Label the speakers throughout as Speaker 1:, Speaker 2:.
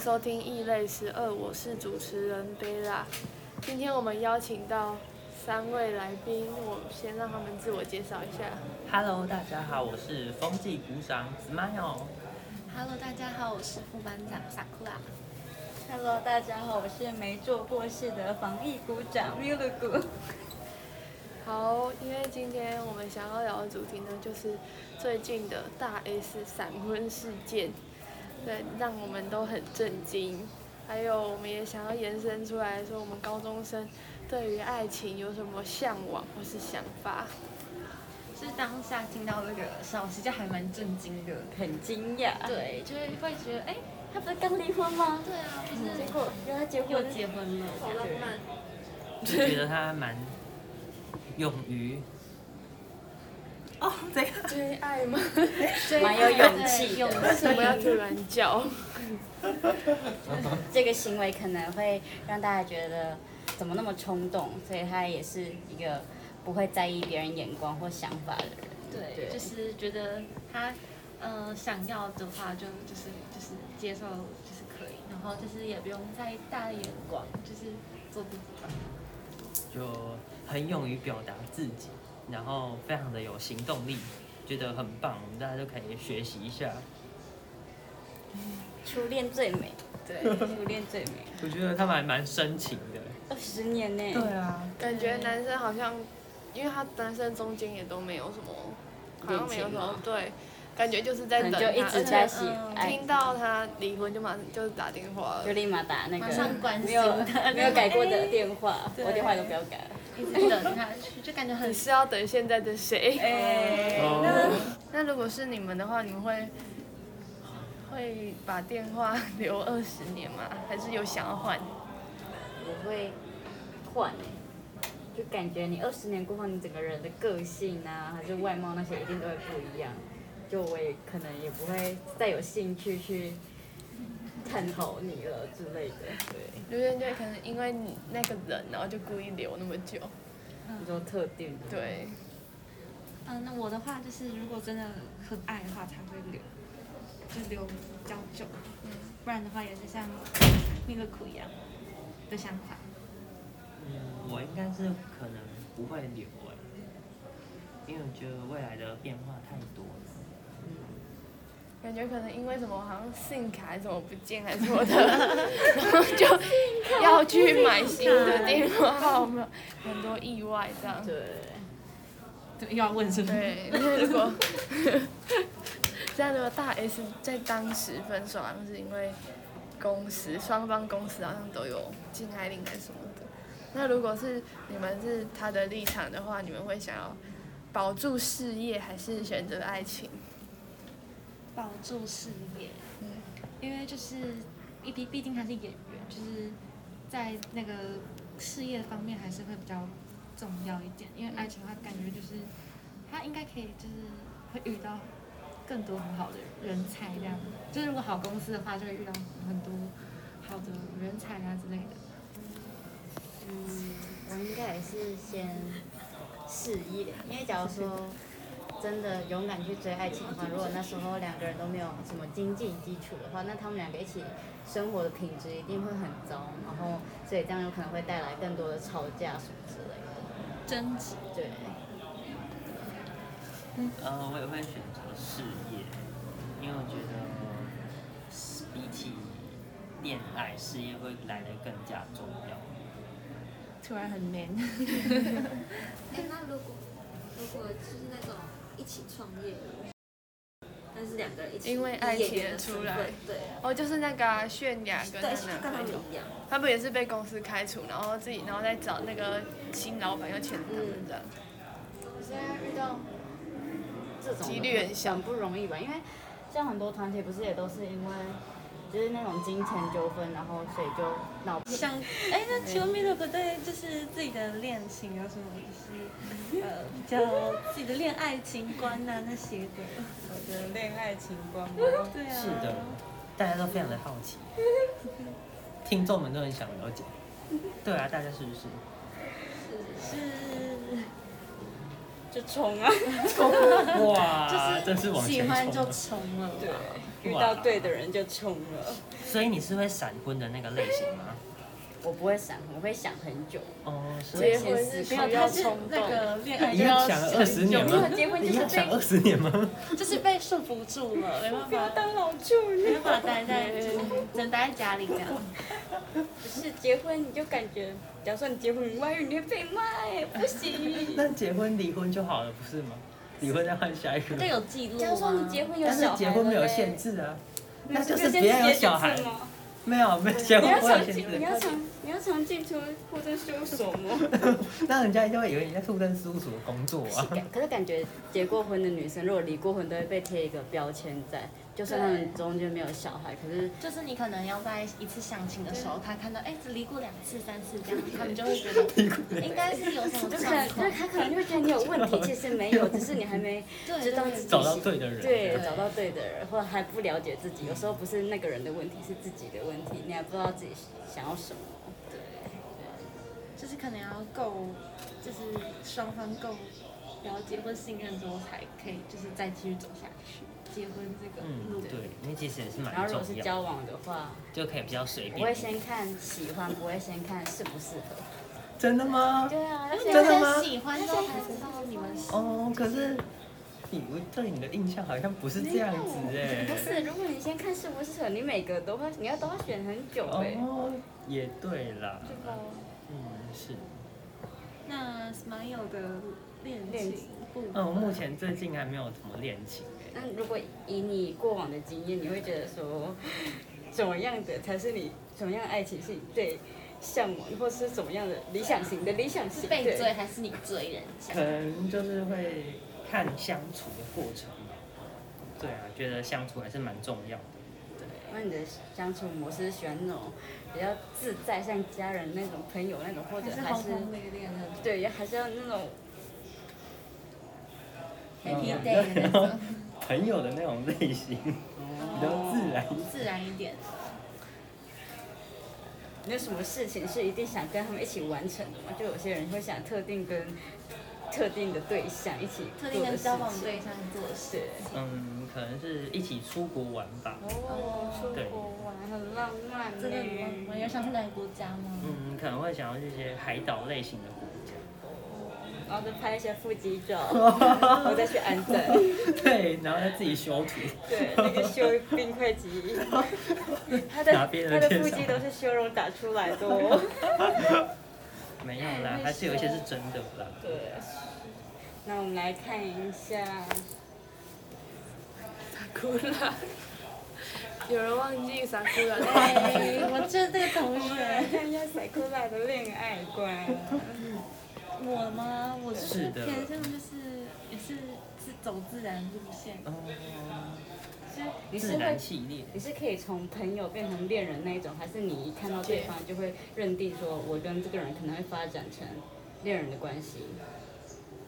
Speaker 1: 收听《异类十二》，我是主持人贝拉。今天我们邀请到三位来宾，我先让他们自我介绍一下。
Speaker 2: Hello，大家好，我是风纪股长 Smile。
Speaker 3: Hello，大家好，我是副班长萨库拉。
Speaker 4: Hello，大家好，我是没做过事的防疫股长 m i l u g
Speaker 1: 好，因为今天我们想要聊的主题呢，就是最近的大 S 闪婚事件，对，让我们都很震惊。还有，我们也想要延伸出来说，我们高中生对于爱情有什么向往或是想法？
Speaker 3: 就是当下听到这个消息，就还蛮震惊的。
Speaker 4: 很惊讶，
Speaker 3: 对，就是会觉得，哎、
Speaker 4: 他不是刚离婚吗？
Speaker 3: 对啊，不是
Speaker 4: 结果原来结婚
Speaker 3: 又
Speaker 4: 了，
Speaker 3: 结婚了，
Speaker 4: 好浪漫。
Speaker 2: 就觉得他蛮勇于哦，这个
Speaker 1: 追爱吗？
Speaker 3: 所以
Speaker 4: 蛮有勇气的
Speaker 3: 对勇
Speaker 1: 为什么要突
Speaker 3: 气。
Speaker 1: 然叫？
Speaker 4: 这个行为可能会让大家觉得怎么那么冲动，所以他也是一个不会在意别人眼光或想法的人。
Speaker 3: 对，就是觉得他，呃，想要的话就就是就是接受就是可以，然后就是也不用太大的眼光，就是做自己吧。
Speaker 2: 就很勇于表达自己，然后非常的有行动力，觉得很棒，我们大家都可以学习一下。
Speaker 4: 初恋最美，
Speaker 3: 对，
Speaker 4: 初恋最美，
Speaker 2: 我觉得他们还蛮深情的。
Speaker 4: 二十年呢、
Speaker 2: 啊，
Speaker 1: 感觉男生好像，因为他男生中间也都没有什么，好像没有什
Speaker 4: 恋情
Speaker 1: 么
Speaker 4: 吗
Speaker 1: 对，感觉啊就是在
Speaker 4: 可
Speaker 1: 等
Speaker 4: 能
Speaker 1: 他，
Speaker 4: 就一直
Speaker 1: 而
Speaker 4: 在
Speaker 1: 且
Speaker 4: 喜
Speaker 3: 嗯
Speaker 4: 爱
Speaker 1: 听，到他离婚就马上就是打电话了
Speaker 4: 就。立马打那
Speaker 3: 马上
Speaker 4: 个
Speaker 3: 关心
Speaker 4: 没有
Speaker 3: 他
Speaker 4: 没有改过的电话，
Speaker 3: 对
Speaker 4: 我电话都不要改。
Speaker 3: 一直等下去，就感觉很
Speaker 1: 你是要等现在的谁？
Speaker 4: 哎
Speaker 2: 哦，
Speaker 1: 那如果是你们的话，你们会会把电话留二十年吗？还是有想要换？
Speaker 4: 我会换、欸，就感觉你二十年过后，你整个人的个性啊，还是外貌那些，一定都会不一样。就我也可能也不会再有兴趣去探讨你了之类的。对，
Speaker 1: 有些人就可能因为你那个人，然后就故意留那么久。
Speaker 4: 你说特定的，
Speaker 1: 对，
Speaker 3: 嗯，那我的话就是，如果真的很爱的话，才会留，就留比较久。嗯，不然的话也是像那个苦一样的想法。
Speaker 2: 嗯，我应该是可能不会留哎，因为我觉得未来的变化太多了。
Speaker 1: 感觉可能因为什么，好像信卡还是什么不见还是什么的，然后就要去买新的电话号码，很多意外这样。
Speaker 4: 对，
Speaker 3: 对，又要问是不是？
Speaker 1: 对，那如果这样的话，大 S 在当时分手，好像是因为公司双方公司好像都有禁爱令还是什么的。那如果是你们是他的立场的话，你们会想要保住事业，还是选择爱情？
Speaker 3: 保住事业，
Speaker 1: 嗯
Speaker 3: 因为就是一毕毕竟他是演员，就是在那个事业方面还是会比较重要一点。因为爱情的话，感觉就是他应该可以就是会遇到更多很好的人才这样。就是如果好公司的话，就会遇到很多好的人才啊之类的。
Speaker 4: 嗯，我应该也是先事业，因为假如说。真的勇敢去追爱情的话，如果那时候两个人都没有什么经济基础的话，那他们两个一起生活的品质一定会很糟，然后所以这样有可能会带来更多的吵架什么之类的。
Speaker 3: 争执，
Speaker 4: 对，
Speaker 2: 呃，我也会选择事业，因为我觉得我比起恋爱，事业会来得更加重要。
Speaker 3: 突然很 man。
Speaker 5: 哎，那如果如果就是那种一起创业，但是两个人一起
Speaker 1: 因为爱情
Speaker 5: 以演员的身份
Speaker 1: 出来
Speaker 5: 对
Speaker 1: 哦，就是那个啊泫、雅跟
Speaker 5: 对，
Speaker 1: 那
Speaker 5: 跟他
Speaker 1: 男
Speaker 5: 们
Speaker 1: 朋友，
Speaker 5: 一样，
Speaker 1: 他们也是被公司开除，然后自己，然后再找那个新老板要签他们这样。
Speaker 4: 现在遇到这种
Speaker 1: 几率很小
Speaker 4: 很不容易吧？因为像很多团体不是也都是因为就是那种金钱纠纷，然后所以就闹。
Speaker 3: 像，哎、那请问 Milo 哥对就是自己的恋情有什么就是呃比较自己的恋爱情观呐、那 些的？
Speaker 4: 我觉得恋
Speaker 5: 啊
Speaker 4: 爱情观
Speaker 3: 对啊，
Speaker 2: 是的，大家都非常的好奇，听众们都很想了解。对啊，大家是不是？
Speaker 3: 是
Speaker 5: 就 冲啊，
Speaker 2: 哇，真是往
Speaker 4: 喜
Speaker 2: 前
Speaker 4: 欢就
Speaker 2: 冲。啊
Speaker 4: 冲了，
Speaker 5: 对，遇
Speaker 2: 哇
Speaker 5: 到对的人就冲了。
Speaker 2: 所以你是会闪婚的那个类型 吗？
Speaker 4: 我不会闪，我会想很久。
Speaker 2: 哦，所
Speaker 1: 结
Speaker 2: 以
Speaker 1: 婚是需
Speaker 4: 没有
Speaker 1: 要
Speaker 4: 他是
Speaker 1: 冲
Speaker 3: 那
Speaker 1: 动，
Speaker 3: 个恋 爱
Speaker 2: 一
Speaker 3: 就
Speaker 2: 样
Speaker 3: 要
Speaker 2: 想了二十年
Speaker 4: 没
Speaker 2: 吗
Speaker 4: 有？结婚就
Speaker 2: 一
Speaker 4: 是
Speaker 2: 样想
Speaker 4: 被
Speaker 2: 二十年吗？
Speaker 3: 就是被束缚住了，没办
Speaker 5: 不要
Speaker 3: 法，
Speaker 5: 当老舅
Speaker 3: 没
Speaker 5: 人，
Speaker 3: 办法待在，只能待在家里这样。
Speaker 5: 不是结婚你就感觉，假如说你结婚你外遇，你会被骂哎，不行。
Speaker 2: 那结婚离婚就好了，不是吗？离婚再换下一个。
Speaker 3: 这有记录
Speaker 5: 假如说你结婚有
Speaker 2: 但是
Speaker 5: 小孩，
Speaker 2: 结婚没有限，制啊，那就是
Speaker 5: 先
Speaker 2: 别人有小孩，
Speaker 5: 吗？
Speaker 2: 没有没有结
Speaker 5: 你
Speaker 2: 婚
Speaker 5: 要
Speaker 2: 不会有
Speaker 5: 常
Speaker 2: 限
Speaker 5: 进，你
Speaker 2: 制。
Speaker 5: 要常，哎你要常进出户政事务所吗？
Speaker 2: 那人家就会以为你在附近事务所工作啊。
Speaker 4: 可是感觉结过婚的女生，如果离过婚，都会被贴一个标签在，就算她们中间没有小孩，可是
Speaker 3: 就是你可能要在一次相亲的时候，他看到哎，只离过两次、三次这样，他们就会觉得应该是有什么
Speaker 4: 就可
Speaker 3: 状
Speaker 4: 能就是啊
Speaker 3: 况。
Speaker 4: 她可能就会觉得你有问题，其实没有，只是你还 没
Speaker 3: 对
Speaker 4: 知道
Speaker 3: 对
Speaker 4: 自己
Speaker 2: 找到对的人，
Speaker 4: 对找到对的人，或者还不了解自己。有时候不是那个人的问题，是自己的问题，你还不知道自己想要什么。
Speaker 3: 就是可能要够，就是双方够了解或信任之后，才可以就是再继续走下去。结婚这个
Speaker 2: 嗯
Speaker 3: 路，，
Speaker 2: 对，那其实也是蛮
Speaker 4: 然后如果
Speaker 2: 重
Speaker 4: 是
Speaker 2: 要的，
Speaker 4: 交往的话，
Speaker 2: 就可以比较随
Speaker 4: 我会
Speaker 2: 便。
Speaker 4: 先看喜欢，不会先看适不适合。
Speaker 2: 真的吗？
Speaker 4: 对啊，而
Speaker 2: 真的吗
Speaker 3: 先喜欢之后才知道你们是
Speaker 2: 哦，可是你我对你的印象好像不是这样子哎
Speaker 4: 不。是，如果你先看适不适合，你每个都会，你要都要选很久哎、
Speaker 2: 哦，也对啦。
Speaker 4: 哦
Speaker 2: 嗯，是。
Speaker 3: 那 Smile 的恋
Speaker 4: 恋
Speaker 3: 情
Speaker 4: 情
Speaker 3: 故
Speaker 2: 嗯，我目前最近还没有怎么恋情哎。
Speaker 4: 那如果以你过往的经验，你会觉得说，怎么样的才是你，怎么样爱情是你最向往，或是怎么样的理想型的理想型？
Speaker 3: 被
Speaker 4: 对
Speaker 3: 追还是你追人家？
Speaker 2: 可能就是会看相处的过程吧。对啊，觉得相处还是蛮重要的。
Speaker 4: 那你的相处模式是喜欢那种比较自在，像家人那种、朋友那种，或者
Speaker 3: 还是
Speaker 4: 还
Speaker 3: 轰
Speaker 4: 是
Speaker 3: 轰烈烈的
Speaker 4: 对，也还是要那种
Speaker 3: happy day 的那种，
Speaker 2: 嗯 朋友的那种类型，
Speaker 4: 哦
Speaker 2: 比较自然。
Speaker 3: 自然一点。
Speaker 4: 你有什么事情是一定想跟他们一起完成的吗？就有些人会想特定跟特定的对象一起
Speaker 3: 特
Speaker 4: 做
Speaker 3: 定
Speaker 4: 的
Speaker 3: 跟
Speaker 4: 事
Speaker 3: 交往
Speaker 4: 情
Speaker 3: 对象做的事，
Speaker 4: 对，
Speaker 2: 嗯，可能是一起出国玩吧。
Speaker 4: 哦，出
Speaker 2: 对
Speaker 4: 国玩很浪漫
Speaker 3: 真的很浪
Speaker 4: 呢。
Speaker 3: 漫。有想去哪个国家吗？
Speaker 2: 嗯，可能会想要这些海岛类型的国家。
Speaker 4: 然后再拍一些腹肌照， 然后再去安整，
Speaker 2: 对，然后再自己修图。
Speaker 4: 对，那 个修冰块肌，他的
Speaker 2: 哪边的
Speaker 4: 他的
Speaker 2: 天
Speaker 4: 腹
Speaker 2: 上
Speaker 4: 肌都是修容打出来的哦。
Speaker 2: 没有啦，还是有一些是真的啦。
Speaker 4: 对，那我们来看一下，
Speaker 1: 哭了。有人忘记撒哭了，
Speaker 3: 哎，我就是这个同
Speaker 4: 来
Speaker 3: 学，
Speaker 4: 哎看一下 s a k u r a 的恋爱观。
Speaker 3: 我吗？我就是
Speaker 2: 是的
Speaker 3: 偏向就是也是自走自然路线，
Speaker 2: 哦，
Speaker 4: 你是
Speaker 2: 自
Speaker 4: 会
Speaker 2: 然系列。
Speaker 4: 你是可以从朋友变成恋人那一种，还是你一看到对方就会认定说，我跟这个人可能会发展成恋人的关系？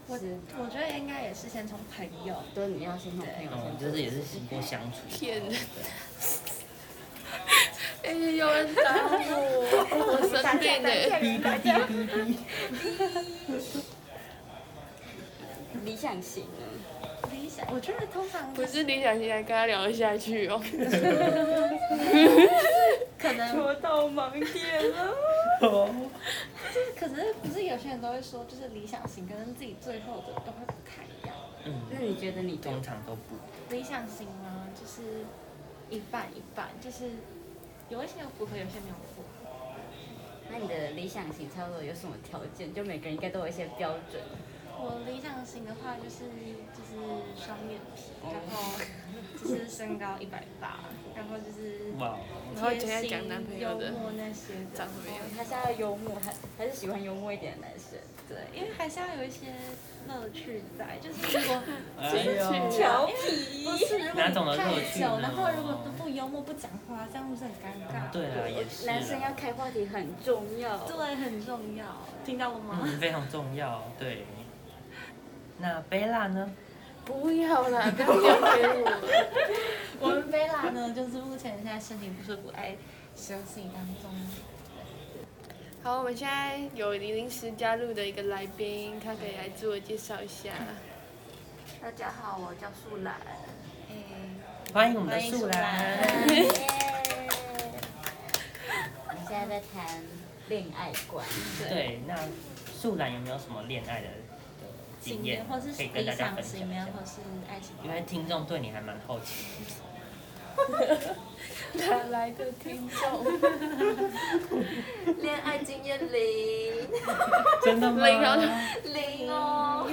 Speaker 3: 我
Speaker 4: 是
Speaker 3: 我觉得应该也是先从朋友，
Speaker 4: 都你要先从朋友
Speaker 2: 哦
Speaker 4: 先，
Speaker 2: 就是也是经过相处。
Speaker 1: 骗人。哎、有人打我，我生病了。
Speaker 2: 哔哔哔哔哔。
Speaker 4: 理想型呢？
Speaker 3: 理想，我觉得通常
Speaker 1: 不是理想型，还跟他聊得下去哦。
Speaker 3: 可能，
Speaker 4: 说到盲点了。
Speaker 2: 哦
Speaker 3: 可是不是有些人都会说，就是理想型跟自己最后的都会不太一样。
Speaker 2: 嗯，
Speaker 4: 那你觉得你的
Speaker 2: 通常都不。
Speaker 3: 理想型吗？就是一半一半，就是有一些有符合，有一些没有符合。
Speaker 4: 那你的理想型差不多有什么条件？就每个人应该都有一些标准。
Speaker 3: 我理想型的话就是就是双眼皮，然后就是身高一百八，然后就是
Speaker 2: 哇，
Speaker 1: 然后今
Speaker 3: 贴
Speaker 1: 天
Speaker 3: 心
Speaker 1: 讲男朋友的
Speaker 3: 幽默那些的
Speaker 1: 长什么样？
Speaker 4: 他是要幽默，还还是喜欢幽默一点的男生？
Speaker 3: 对，因为还是要有一些乐趣在，就是如果
Speaker 2: 哎呦，
Speaker 4: 调
Speaker 3: 皮，不是 如果
Speaker 2: 哪种的
Speaker 3: 你
Speaker 2: 乐
Speaker 3: 太
Speaker 2: 趣
Speaker 3: 久，
Speaker 2: 呢
Speaker 3: 然后如果都不幽默不讲话，这样不是很尴尬？
Speaker 2: 对啊，也是啦。
Speaker 4: 男生要开话题很重要。
Speaker 3: 对，很重要，听到了吗？
Speaker 2: 嗯，非常重要。对。那贝拉呢？
Speaker 1: 不要 啦，不要丢给我。
Speaker 3: 我们贝拉呢，就是目前现在身体不舒服，哎，休息当中。
Speaker 1: 好，我们现在有临时加入的一个来宾，他可以来自我介绍一下。
Speaker 5: 大家好，哦我叫素兰。
Speaker 3: 哎
Speaker 2: 欢迎我们的素兰。
Speaker 6: 我们现在在谈恋爱观，
Speaker 2: 对，那素兰有没有什么恋爱的的经
Speaker 4: 经
Speaker 2: 验
Speaker 4: 验，或是
Speaker 2: 可以跟
Speaker 4: 理
Speaker 2: 大家
Speaker 4: 想
Speaker 2: 分享
Speaker 4: 型
Speaker 2: 一
Speaker 4: 啊
Speaker 2: 下，？
Speaker 4: 或是爱情
Speaker 2: 因为听众对你还蛮好奇的。
Speaker 1: 哪来的听众？
Speaker 5: 恋爱经验零
Speaker 2: 真的
Speaker 1: 零然后就
Speaker 2: 吗？
Speaker 5: 零哦，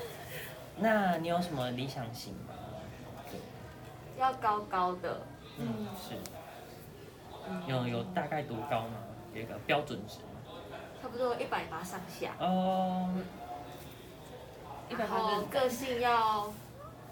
Speaker 2: 那你有什么理想型吗？
Speaker 5: 要高高的，
Speaker 2: 嗯，是。有有大概多高吗？有一个标准值吗？
Speaker 5: 差不多一百八上下。
Speaker 2: 哦，
Speaker 5: 然后个性要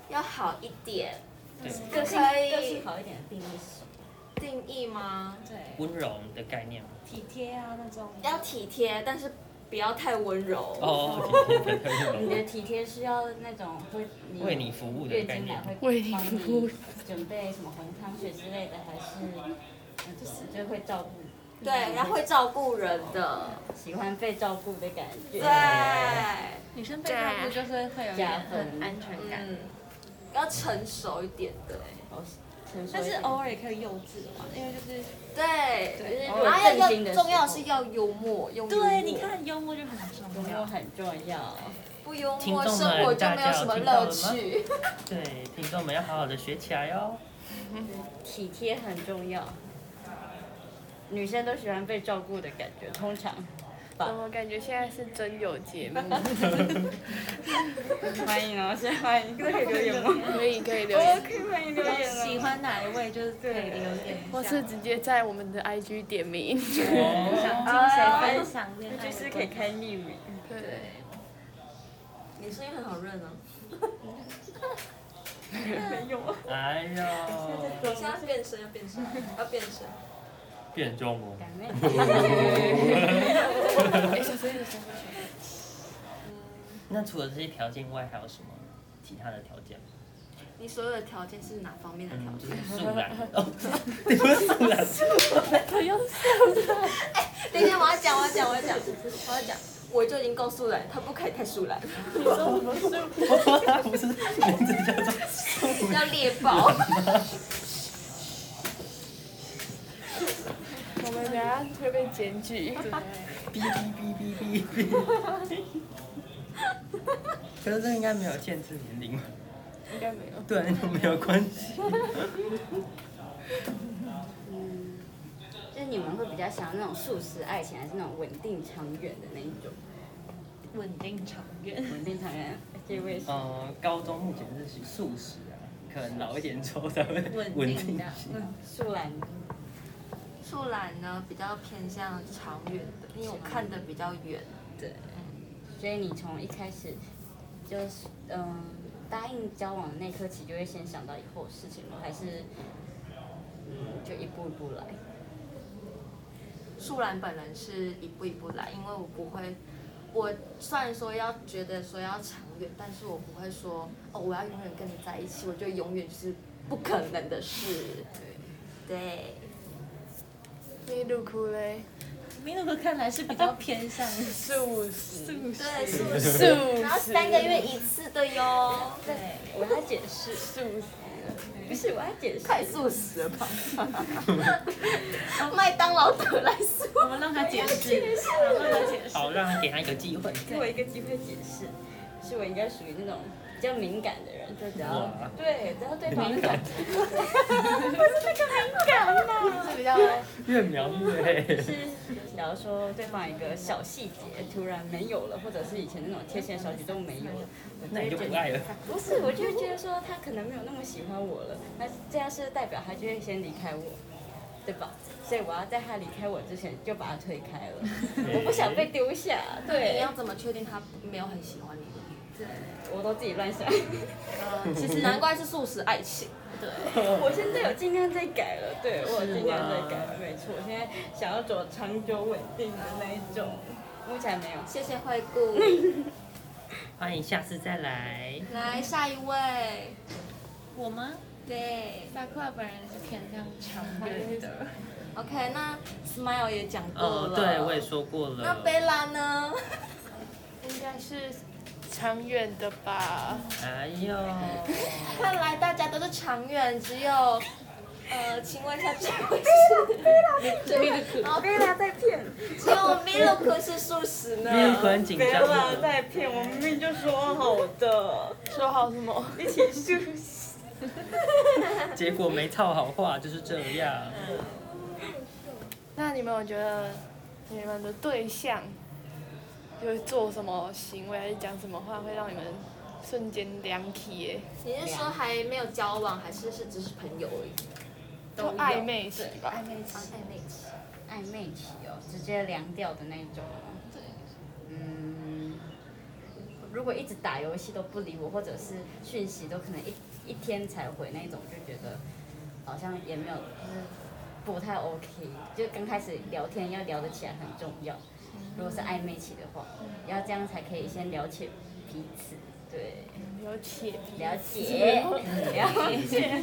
Speaker 5: 要好一点，
Speaker 2: 对，
Speaker 5: 个性
Speaker 4: 个
Speaker 5: 可
Speaker 4: 性
Speaker 5: 以
Speaker 4: 好一点的定义是什么？
Speaker 5: 定义吗？
Speaker 4: 对，
Speaker 2: 温柔的概念吗？
Speaker 4: 体贴啊那种。
Speaker 5: 要体贴，但是不要太温柔。
Speaker 2: 哦，体贴的
Speaker 4: 你
Speaker 2: 温
Speaker 4: 的
Speaker 2: 柔，
Speaker 4: 体贴是要那种会你
Speaker 2: 为你服务的
Speaker 4: 月
Speaker 2: 概
Speaker 4: 经
Speaker 2: 念
Speaker 4: 来。会
Speaker 1: 为你
Speaker 4: 帮
Speaker 1: 服务
Speaker 4: 准备什么红汤水之类的，还是呃就是就会照顾，
Speaker 5: 对，然后会照顾人的。
Speaker 4: 喜欢被照顾的感觉，
Speaker 5: 对，
Speaker 3: 女生被照顾就是会有一
Speaker 4: 加
Speaker 3: 点
Speaker 4: 分
Speaker 3: 很安全感，
Speaker 5: 嗯，要成熟一点的。
Speaker 4: 好成熟
Speaker 3: 但
Speaker 4: 一
Speaker 3: 是
Speaker 4: 点
Speaker 3: 偶尔也可以幼稚嘛，因为就是
Speaker 5: 对，
Speaker 3: 对
Speaker 4: 偶尔
Speaker 5: 然后要要
Speaker 4: 震惊的时候
Speaker 5: 重要是要幽默，用幽默
Speaker 3: 对，你，看幽默就很
Speaker 4: 有
Speaker 3: 重
Speaker 4: 没
Speaker 3: 要
Speaker 4: 有。很重要？
Speaker 5: 不幽
Speaker 2: 听
Speaker 5: 默
Speaker 2: 众们
Speaker 5: 生活就没有什么乐趣。
Speaker 2: 对，听众们要好好的学起来哟。
Speaker 4: 体贴很重要。女生都喜欢被照顾的感觉，通常
Speaker 1: 怎么感觉现在是真有节 目？
Speaker 4: 欢迎哦，先欢迎，可以留言吗？
Speaker 1: 可以可以留言，
Speaker 4: OK，欢迎留哦言
Speaker 3: 喜
Speaker 4: 哦。
Speaker 3: 欢哪一位就是可以留言一下，
Speaker 1: 或是直接在我们的 IG 点名。
Speaker 2: 哦，
Speaker 3: 听谁分享恋爱
Speaker 4: 就
Speaker 3: 的
Speaker 4: 是可以开匿名，
Speaker 1: 对，
Speaker 5: 你声音很好认啊，
Speaker 4: 没有啊。
Speaker 2: 哎呦，
Speaker 5: 现在变声要变声，要变声。
Speaker 2: 变重哦。
Speaker 1: 哎，小声一点，小声一点。
Speaker 2: 那除了这些条件外，还有什么其他的条件吗？
Speaker 5: 你所有的条件是哪方面的条
Speaker 2: 嗯，就
Speaker 5: 件？
Speaker 2: 是素兰哦，你不是素兰，
Speaker 5: 等一下，我要讲，我要讲，我要讲，我要讲。嗯我就已经告诉了，他不可以太疏 懒，
Speaker 2: 哦不是名字叫做素
Speaker 5: 要猎豹。
Speaker 1: 我们等下啊会被检举。
Speaker 2: 哔哔哔哔哔哔。 可是这应该没有限制年 龄吧，
Speaker 1: 应该没有。
Speaker 2: 对，没有关系。
Speaker 4: 就是你们会比较想要那种素食爱情，还是那种稳定长远的那一 种？
Speaker 3: 稳定长远。
Speaker 4: 稳定长远，这位是
Speaker 2: 嗯，高中目前是素食啊，可能老一点之后才会稳定
Speaker 4: 的
Speaker 2: 些。
Speaker 4: 素兰，
Speaker 5: 树懒呢比较偏向长远的，因为我看的比较远。
Speaker 4: 对。所以你从一开始就是嗯答应交往的那刻起，就会先想到以后的事情吗？还是嗯就一步一步来？
Speaker 5: 树懒本人是一步一步来，因为我不会，我虽然说要觉得说要长远，但是我不会说哦，我要永远跟你在一起，我觉得永远是不可能的事。对，
Speaker 1: 你入哭嘞？
Speaker 3: 米露哥看来是比较偏向
Speaker 1: 素食。
Speaker 5: 对对，是不是？
Speaker 1: 素食
Speaker 5: 然后三个月一次的哟，
Speaker 4: 对，我要解释，
Speaker 1: 素食。
Speaker 4: 不是我要解释，
Speaker 5: 太素食了吧？麦当劳得来素，
Speaker 3: 我们让他解释，我们让他解释。
Speaker 2: 好，让他给他一个机会。
Speaker 4: 给我一个机会解释，是我应该属于那种比较敏感的人，就只要
Speaker 2: 哇
Speaker 4: 对，只要对方感，
Speaker 5: 是比较
Speaker 2: 越描越黑。
Speaker 4: 是假如说对方有一个小细节突然没有了，或者是以前那种贴心的小举动没有了，我
Speaker 2: 那你就
Speaker 4: 会觉
Speaker 2: 不
Speaker 4: 得
Speaker 2: 爱了。
Speaker 4: 不是，我就会觉得说他可能没有那么喜欢我了，那这样是代表他就会先离开我，对吧？所以我要在他离开我之前就把他推开了，我不想
Speaker 2: 哎
Speaker 4: 被丢下。
Speaker 5: 你
Speaker 4: 对
Speaker 5: 要，怎么确定他没有很喜欢你？
Speaker 4: 我都自己乱想。
Speaker 5: 嗯，其实难怪是素食爱情。
Speaker 4: 我现在有尽量在改了，对我有尽量在改
Speaker 2: 是吗
Speaker 4: 了，没错。我现在想要走长久稳定的那一种，目前没有。
Speaker 5: 谢谢惠 顾。
Speaker 2: 欢迎下次再来。
Speaker 5: 来下一位，
Speaker 3: 我吗？
Speaker 5: 对，
Speaker 3: 萨库拉本人是偏向长远的，
Speaker 5: OK，那 Smile 也讲过了，
Speaker 2: 哦，对，我也说过了。
Speaker 5: 那贝拉呢？
Speaker 1: 应该是长远的吧。
Speaker 2: 哎 呦，
Speaker 5: 看来大家都是长远，只有呃， 请问一下这位是 Miracle，然后
Speaker 4: 贝拉在骗，
Speaker 5: 只有 Miracle 是素食呢。
Speaker 2: 面很紧
Speaker 4: 贝
Speaker 2: 张
Speaker 4: 拉
Speaker 2: 了。
Speaker 4: 在骗，我明明就说好的，
Speaker 1: 说好什么？
Speaker 4: 一起休息。
Speaker 2: 结果没套好话，就是这样。
Speaker 1: 那你们有觉得你们的对象就是做什么行为还是讲什么话会让你们瞬间凉起耶？
Speaker 5: 你是说还没有交往，还是是只是朋友而已？
Speaker 1: 都暧昧期吧。
Speaker 4: 暧昧期，
Speaker 5: 暧昧期。
Speaker 4: 暧昧期哦，直接凉掉的那一种哦。
Speaker 5: 对。
Speaker 4: 嗯，如果一直打游戏都不理我，或者是讯息都可能一一天才回那种，就觉得好像也没有，就是不太 OK。就刚开始聊天要聊得起来很重要，如果是暧昧期的话，要这样才可以先了解彼此，对，
Speaker 1: 有且
Speaker 4: 了解，了解。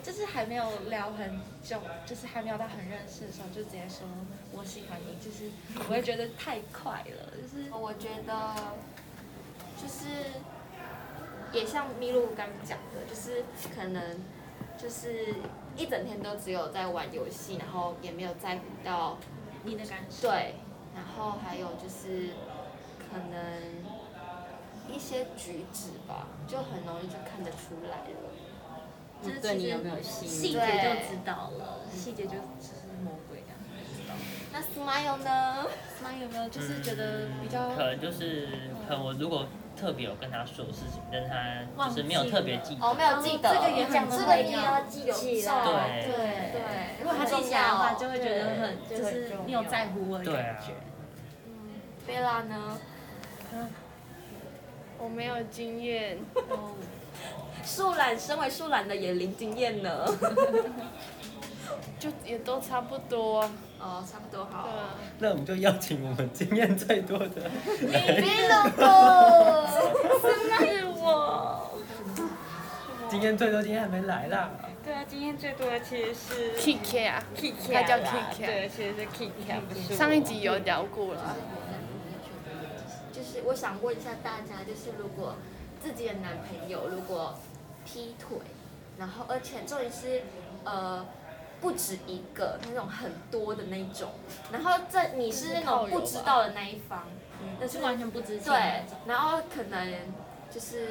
Speaker 3: 就是还没有聊很久，就是还没有到很认识的时候，就直接说我喜欢你，就是我会觉得太快了，就是
Speaker 5: 哦我觉得就是也像麋鹿刚讲的，就是可能就是一整天都只有在玩游戏，然后也没有在乎到
Speaker 3: 你的感受。
Speaker 5: 对，然后还有就是可能一些举止吧，就很容易就看得出来了。
Speaker 4: 就是对你有没有吸
Speaker 3: 细
Speaker 4: 引
Speaker 3: 节
Speaker 4: 力？
Speaker 3: 就知道了，细节就就是魔鬼这样。
Speaker 5: 那 Smile 呢？
Speaker 3: 那有没有就是觉得比较
Speaker 2: 嗯可能就是，可能我如果特别有跟他说的事情，但他就是没有特别记
Speaker 5: 哦，
Speaker 2: 得。
Speaker 5: 没有记得，
Speaker 4: 这个也很
Speaker 5: 这个你也要记得
Speaker 4: 记得
Speaker 5: 对
Speaker 2: 对
Speaker 5: 对，
Speaker 3: 如果他记起来的话，就会觉得很，
Speaker 4: 啊对
Speaker 3: 就是你有在乎我的
Speaker 2: 对
Speaker 3: 感
Speaker 2: 啊
Speaker 3: 觉。
Speaker 5: 贝拉呢？
Speaker 1: 我没有经验，
Speaker 3: 哦，
Speaker 5: 树懒，身为树懒的也零经 验呢。
Speaker 1: 就也都差不多啊。
Speaker 5: 哦，差不多
Speaker 1: 对
Speaker 5: 好。
Speaker 1: 啊，
Speaker 2: 那我们就邀请我们经验最多的
Speaker 5: 是我。
Speaker 2: 经验最多，今天还没来啦。
Speaker 4: 对啊，今天最多的其实是
Speaker 1: Kiki 啊，
Speaker 4: Kiki，
Speaker 1: 他叫
Speaker 4: 啦
Speaker 1: Kiki 啊
Speaker 4: 对，其实是 Kiki，啊不是我
Speaker 1: 上一集有聊过了啊。
Speaker 5: 就是我想问一下大家，就是如果自己的男朋友如果劈腿，然后而且重点是呃不止一个那种很多的那种，然后这你是那种不知道的那一方，但是
Speaker 3: 是完全不知情。
Speaker 5: 对，然后可能就是，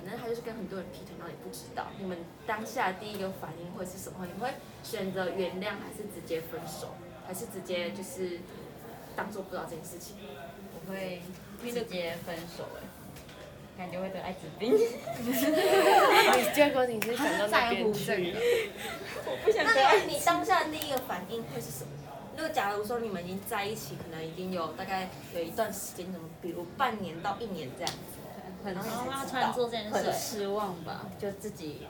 Speaker 5: 反正他就是跟很多人劈腿，然后你不知道，你们当下第一个反应会是什么？你会选择原谅，还是直接分手，还是直接就是当做不知道这件事情？
Speaker 4: 我会直接分手哎，感觉会得艾滋病。
Speaker 1: 你结果你是想
Speaker 4: 啊
Speaker 1: 到那边去了。
Speaker 5: 那你有你当下的第一个反应会是什么？如果假如说你们已经在一起，可能已经有大概有一段时间，怎么比如半年到一年这样子，
Speaker 4: 很
Speaker 5: 然后他
Speaker 4: 失
Speaker 5: 突然做这件
Speaker 4: 很失望吧？就自己，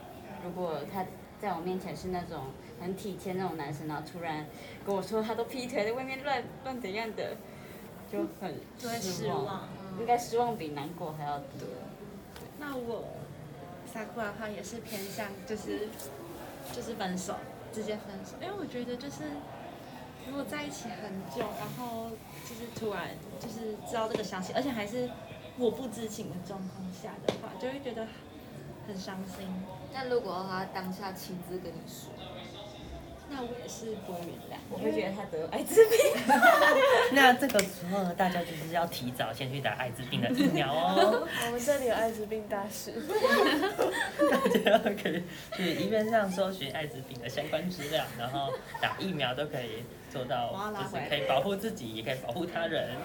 Speaker 4: 如果他在我面前是那种很体贴那种男生，然后突然跟我说他都劈腿，在外面乱乱怎样的，就很失望。应该失望比难过还要多。
Speaker 7: 那我萨库的话也是偏向就是就是分手，直接分手，因为我觉得就是如果在一起很久，然后就是突然就是知道这个消息，而且还是我不知情的状况下的话，就会觉得很伤心。
Speaker 5: 那如果他当下亲自跟你说，
Speaker 7: 那我也是不会原谅。
Speaker 4: 我会觉得他得艾滋病。
Speaker 2: 那这个时候呢，大家就是要提早先去打艾滋病的疫苗哦。
Speaker 1: 我们这里有艾滋病大使，
Speaker 2: 大家可以去医院上搜寻艾滋病的相关资料，然后打疫苗都可以做到，就是可以保护自己，也可以保护他 人。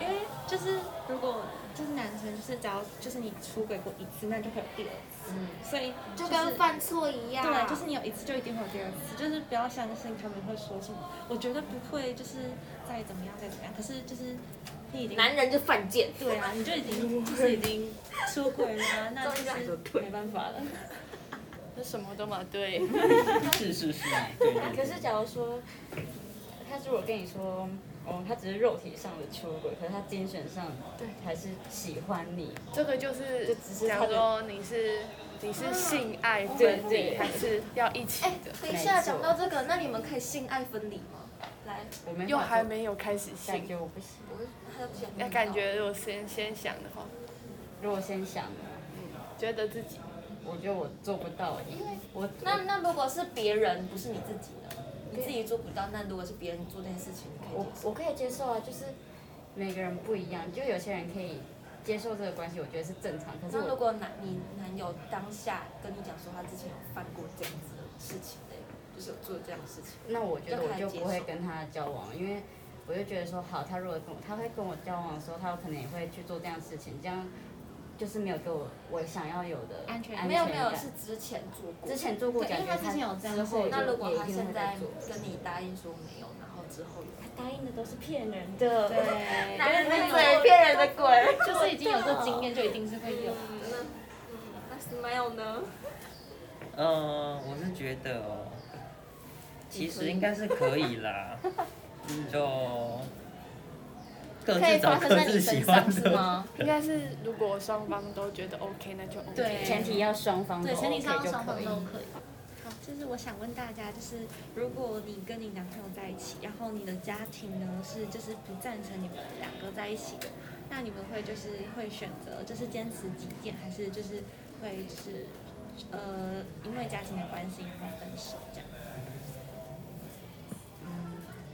Speaker 7: 因为就是如果就是男生是只要就是你出轨过一次，那就会有第二次，所以
Speaker 5: 嗯就是跟犯错一样，
Speaker 7: 对，就是你有一次就一定会有第二次，就是不要相信他们会说什么，我觉得不会，就是再怎么样再怎么样，可是就是你已经
Speaker 5: 男嗯人就犯贱。
Speaker 7: 对啊，你就已经就是已经出轨了啊，那就是没办法了。
Speaker 1: 那什么都嘛对。
Speaker 2: 是是是，对对
Speaker 4: 可
Speaker 2: 对。
Speaker 4: 是假如说，他如果跟你说，哦，他只是肉体上的出轨，可是他精神上
Speaker 3: 对
Speaker 4: 还是喜欢你。
Speaker 1: 这个就是
Speaker 4: 就只是
Speaker 1: 讲
Speaker 4: 他的
Speaker 1: 说你是你是性爱
Speaker 4: 对
Speaker 1: 分离
Speaker 4: 对
Speaker 1: 还是要一起
Speaker 5: 哎、
Speaker 1: 的，
Speaker 5: 等一下，
Speaker 4: 没错
Speaker 5: 讲到这个，那你们可以性爱分离吗？来，
Speaker 4: 我没
Speaker 1: 又
Speaker 4: 法
Speaker 1: 还
Speaker 4: 做，
Speaker 1: 没有开始
Speaker 4: 感
Speaker 1: 性，
Speaker 4: 觉我不行。
Speaker 5: 我他想不到
Speaker 1: 那感觉如果先先想的话，
Speaker 4: 如果先想，
Speaker 1: 觉得自己
Speaker 4: 我觉得我做不到，因为我
Speaker 5: 那那如果是别人，不是你自己呢？你自己做不到，那如果是别人做这件事情，你可以
Speaker 4: 我
Speaker 5: 接受。
Speaker 4: 我可以接受啊，就是每个人不一样，就有些人可以接受这个关系，我觉得是正常。可是
Speaker 5: 那如
Speaker 4: 我
Speaker 5: 果男你男友当下跟你讲说他之前有犯过这样子的事情嘞，就是有做这样的事情，
Speaker 4: 那我觉得
Speaker 5: 就
Speaker 4: 我
Speaker 5: 可以
Speaker 4: 就
Speaker 5: 接
Speaker 4: 不会
Speaker 5: 受
Speaker 4: 跟他交往，因为我就觉得说，好，他如果跟我他会跟我交往的时候，他有可能也会去做这样的事情，这样就是没有给我我想要有的
Speaker 3: 安全感
Speaker 4: 感。
Speaker 5: 没有没有是之前做过
Speaker 4: 之。前做过，
Speaker 6: 对
Speaker 4: 感
Speaker 6: 因
Speaker 4: 觉
Speaker 6: 为他之前有这样
Speaker 4: 之后
Speaker 6: 做
Speaker 5: 那
Speaker 4: 就
Speaker 5: 如果
Speaker 4: 也
Speaker 5: 他
Speaker 4: 一定
Speaker 5: 现
Speaker 4: 会
Speaker 5: 在
Speaker 4: 再做
Speaker 5: 跟你答应说没有，然后之后有，
Speaker 4: 答应的都是骗人的，对
Speaker 5: 男人的
Speaker 4: 嘴
Speaker 5: 骗人的鬼，
Speaker 3: 就是已经有过经验，就一定是会有。
Speaker 5: 嗯那是没有呢？
Speaker 2: 嗯，我是觉得哦，其实应该是可以 啦，就各
Speaker 4: 可以
Speaker 2: 自
Speaker 4: 发
Speaker 2: 找
Speaker 4: 生
Speaker 2: 各
Speaker 4: 在你
Speaker 2: 自喜
Speaker 4: 身
Speaker 2: 欢
Speaker 4: 上是
Speaker 2: 的。
Speaker 4: 吗？
Speaker 1: 应该是如果双方都觉得 OK，那就 OK。
Speaker 3: 对
Speaker 4: 前提要双方都
Speaker 3: 对前提
Speaker 4: OK
Speaker 3: 是要
Speaker 4: 就
Speaker 3: 双
Speaker 4: 可
Speaker 3: 方
Speaker 4: 以
Speaker 3: 都。
Speaker 7: 可以。好，就是我想问大家，就是如果你跟你男朋友在一起，然后你的家庭呢是就是不赞成你们两个在一起的，那你们会就是会选择就是坚持己见，还是就是会就是呃因为家庭的关系然后分手这样？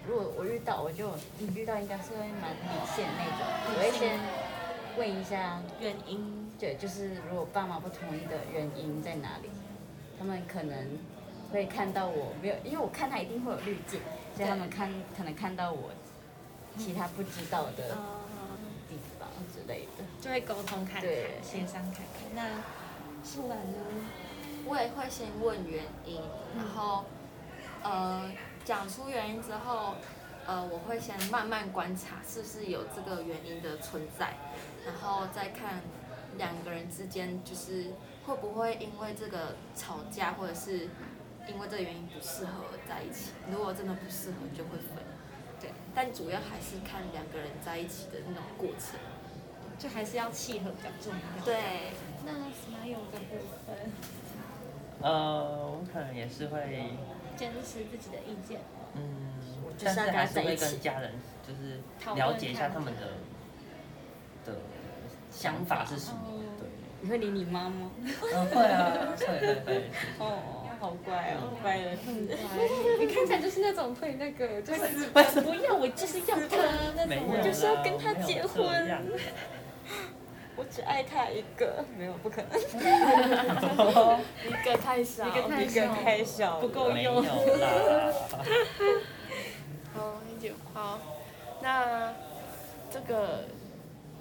Speaker 4: 如果我遇到，我就遇到应该是会蛮理性的那种，我会先问一下，
Speaker 7: 原因
Speaker 4: 对，就是如果爸妈不同意的原因在哪里，他们可能会看到我没有，因为我看他一定会有滤镜，所以他们看可能看到我其他不知道的
Speaker 7: 呃
Speaker 4: 地方之类的。
Speaker 7: 就会沟通看看
Speaker 4: 对，
Speaker 7: 协商看看。那素兰呢？
Speaker 5: 我也会先问原因，然后呃讲出原因之后，呃我会先慢慢观察是不是有这个原因的存在，然后再看两个人之间就是会不会因为这个吵架，或者是因为这个原因不适合在一起。如果真的不适合，就会分。对，但主要还是看两个人在一起的那种过程。
Speaker 7: 就还是要契合比较重要。，
Speaker 5: 对，
Speaker 7: 那 smile 的部分，
Speaker 2: 呃，我可能也是会，
Speaker 7: 坚持自己的意见。
Speaker 2: 嗯，
Speaker 4: 就
Speaker 2: 但
Speaker 4: 是要
Speaker 2: 是
Speaker 4: 跟他
Speaker 2: 还是
Speaker 4: 在一
Speaker 2: 会
Speaker 4: 起
Speaker 2: 跟家人就是
Speaker 7: 讨论
Speaker 2: 了解一下
Speaker 7: 看
Speaker 2: 他们的的想法是什么。对，
Speaker 4: 你会理你妈吗？
Speaker 2: 嗯，会啊，会会会。
Speaker 4: 哦，好乖哦，乖儿子。
Speaker 3: 你看起来就是那种会那个，就是不要我就是要他那
Speaker 2: 没有
Speaker 3: 种，
Speaker 2: 啦，
Speaker 3: 我就是要跟他
Speaker 2: 没有
Speaker 3: 结
Speaker 2: 这
Speaker 3: 婚。
Speaker 2: 样
Speaker 4: 我只爱他一个， 没有不可能，
Speaker 1: 一个太少。
Speaker 4: 一个太小，不够
Speaker 2: 没有啦。
Speaker 1: 好，一九好，那这个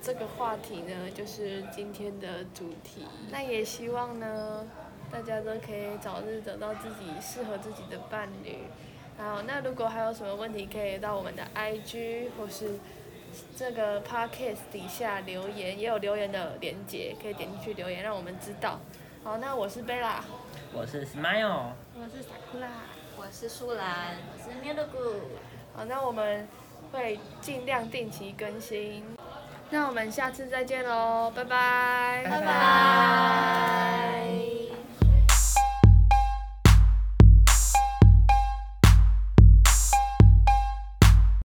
Speaker 1: 这个话题呢，就是今天的主题。那也希望呢，大家都可以早日找到自己适合自己的伴侣。好，那如果还有什么问题，可以到我们的 IG 或是这个 podcast 底下留言，也有留言的连接，可以点进去留言，让我们知道。好，那我是贝拉，
Speaker 2: 我是 Smile。
Speaker 7: 我是萨库拉。
Speaker 5: 我是舒兰，
Speaker 4: 是面露骨。
Speaker 1: 好，那我们会尽量定期更新。那我们下次再见喽，拜拜，拜拜。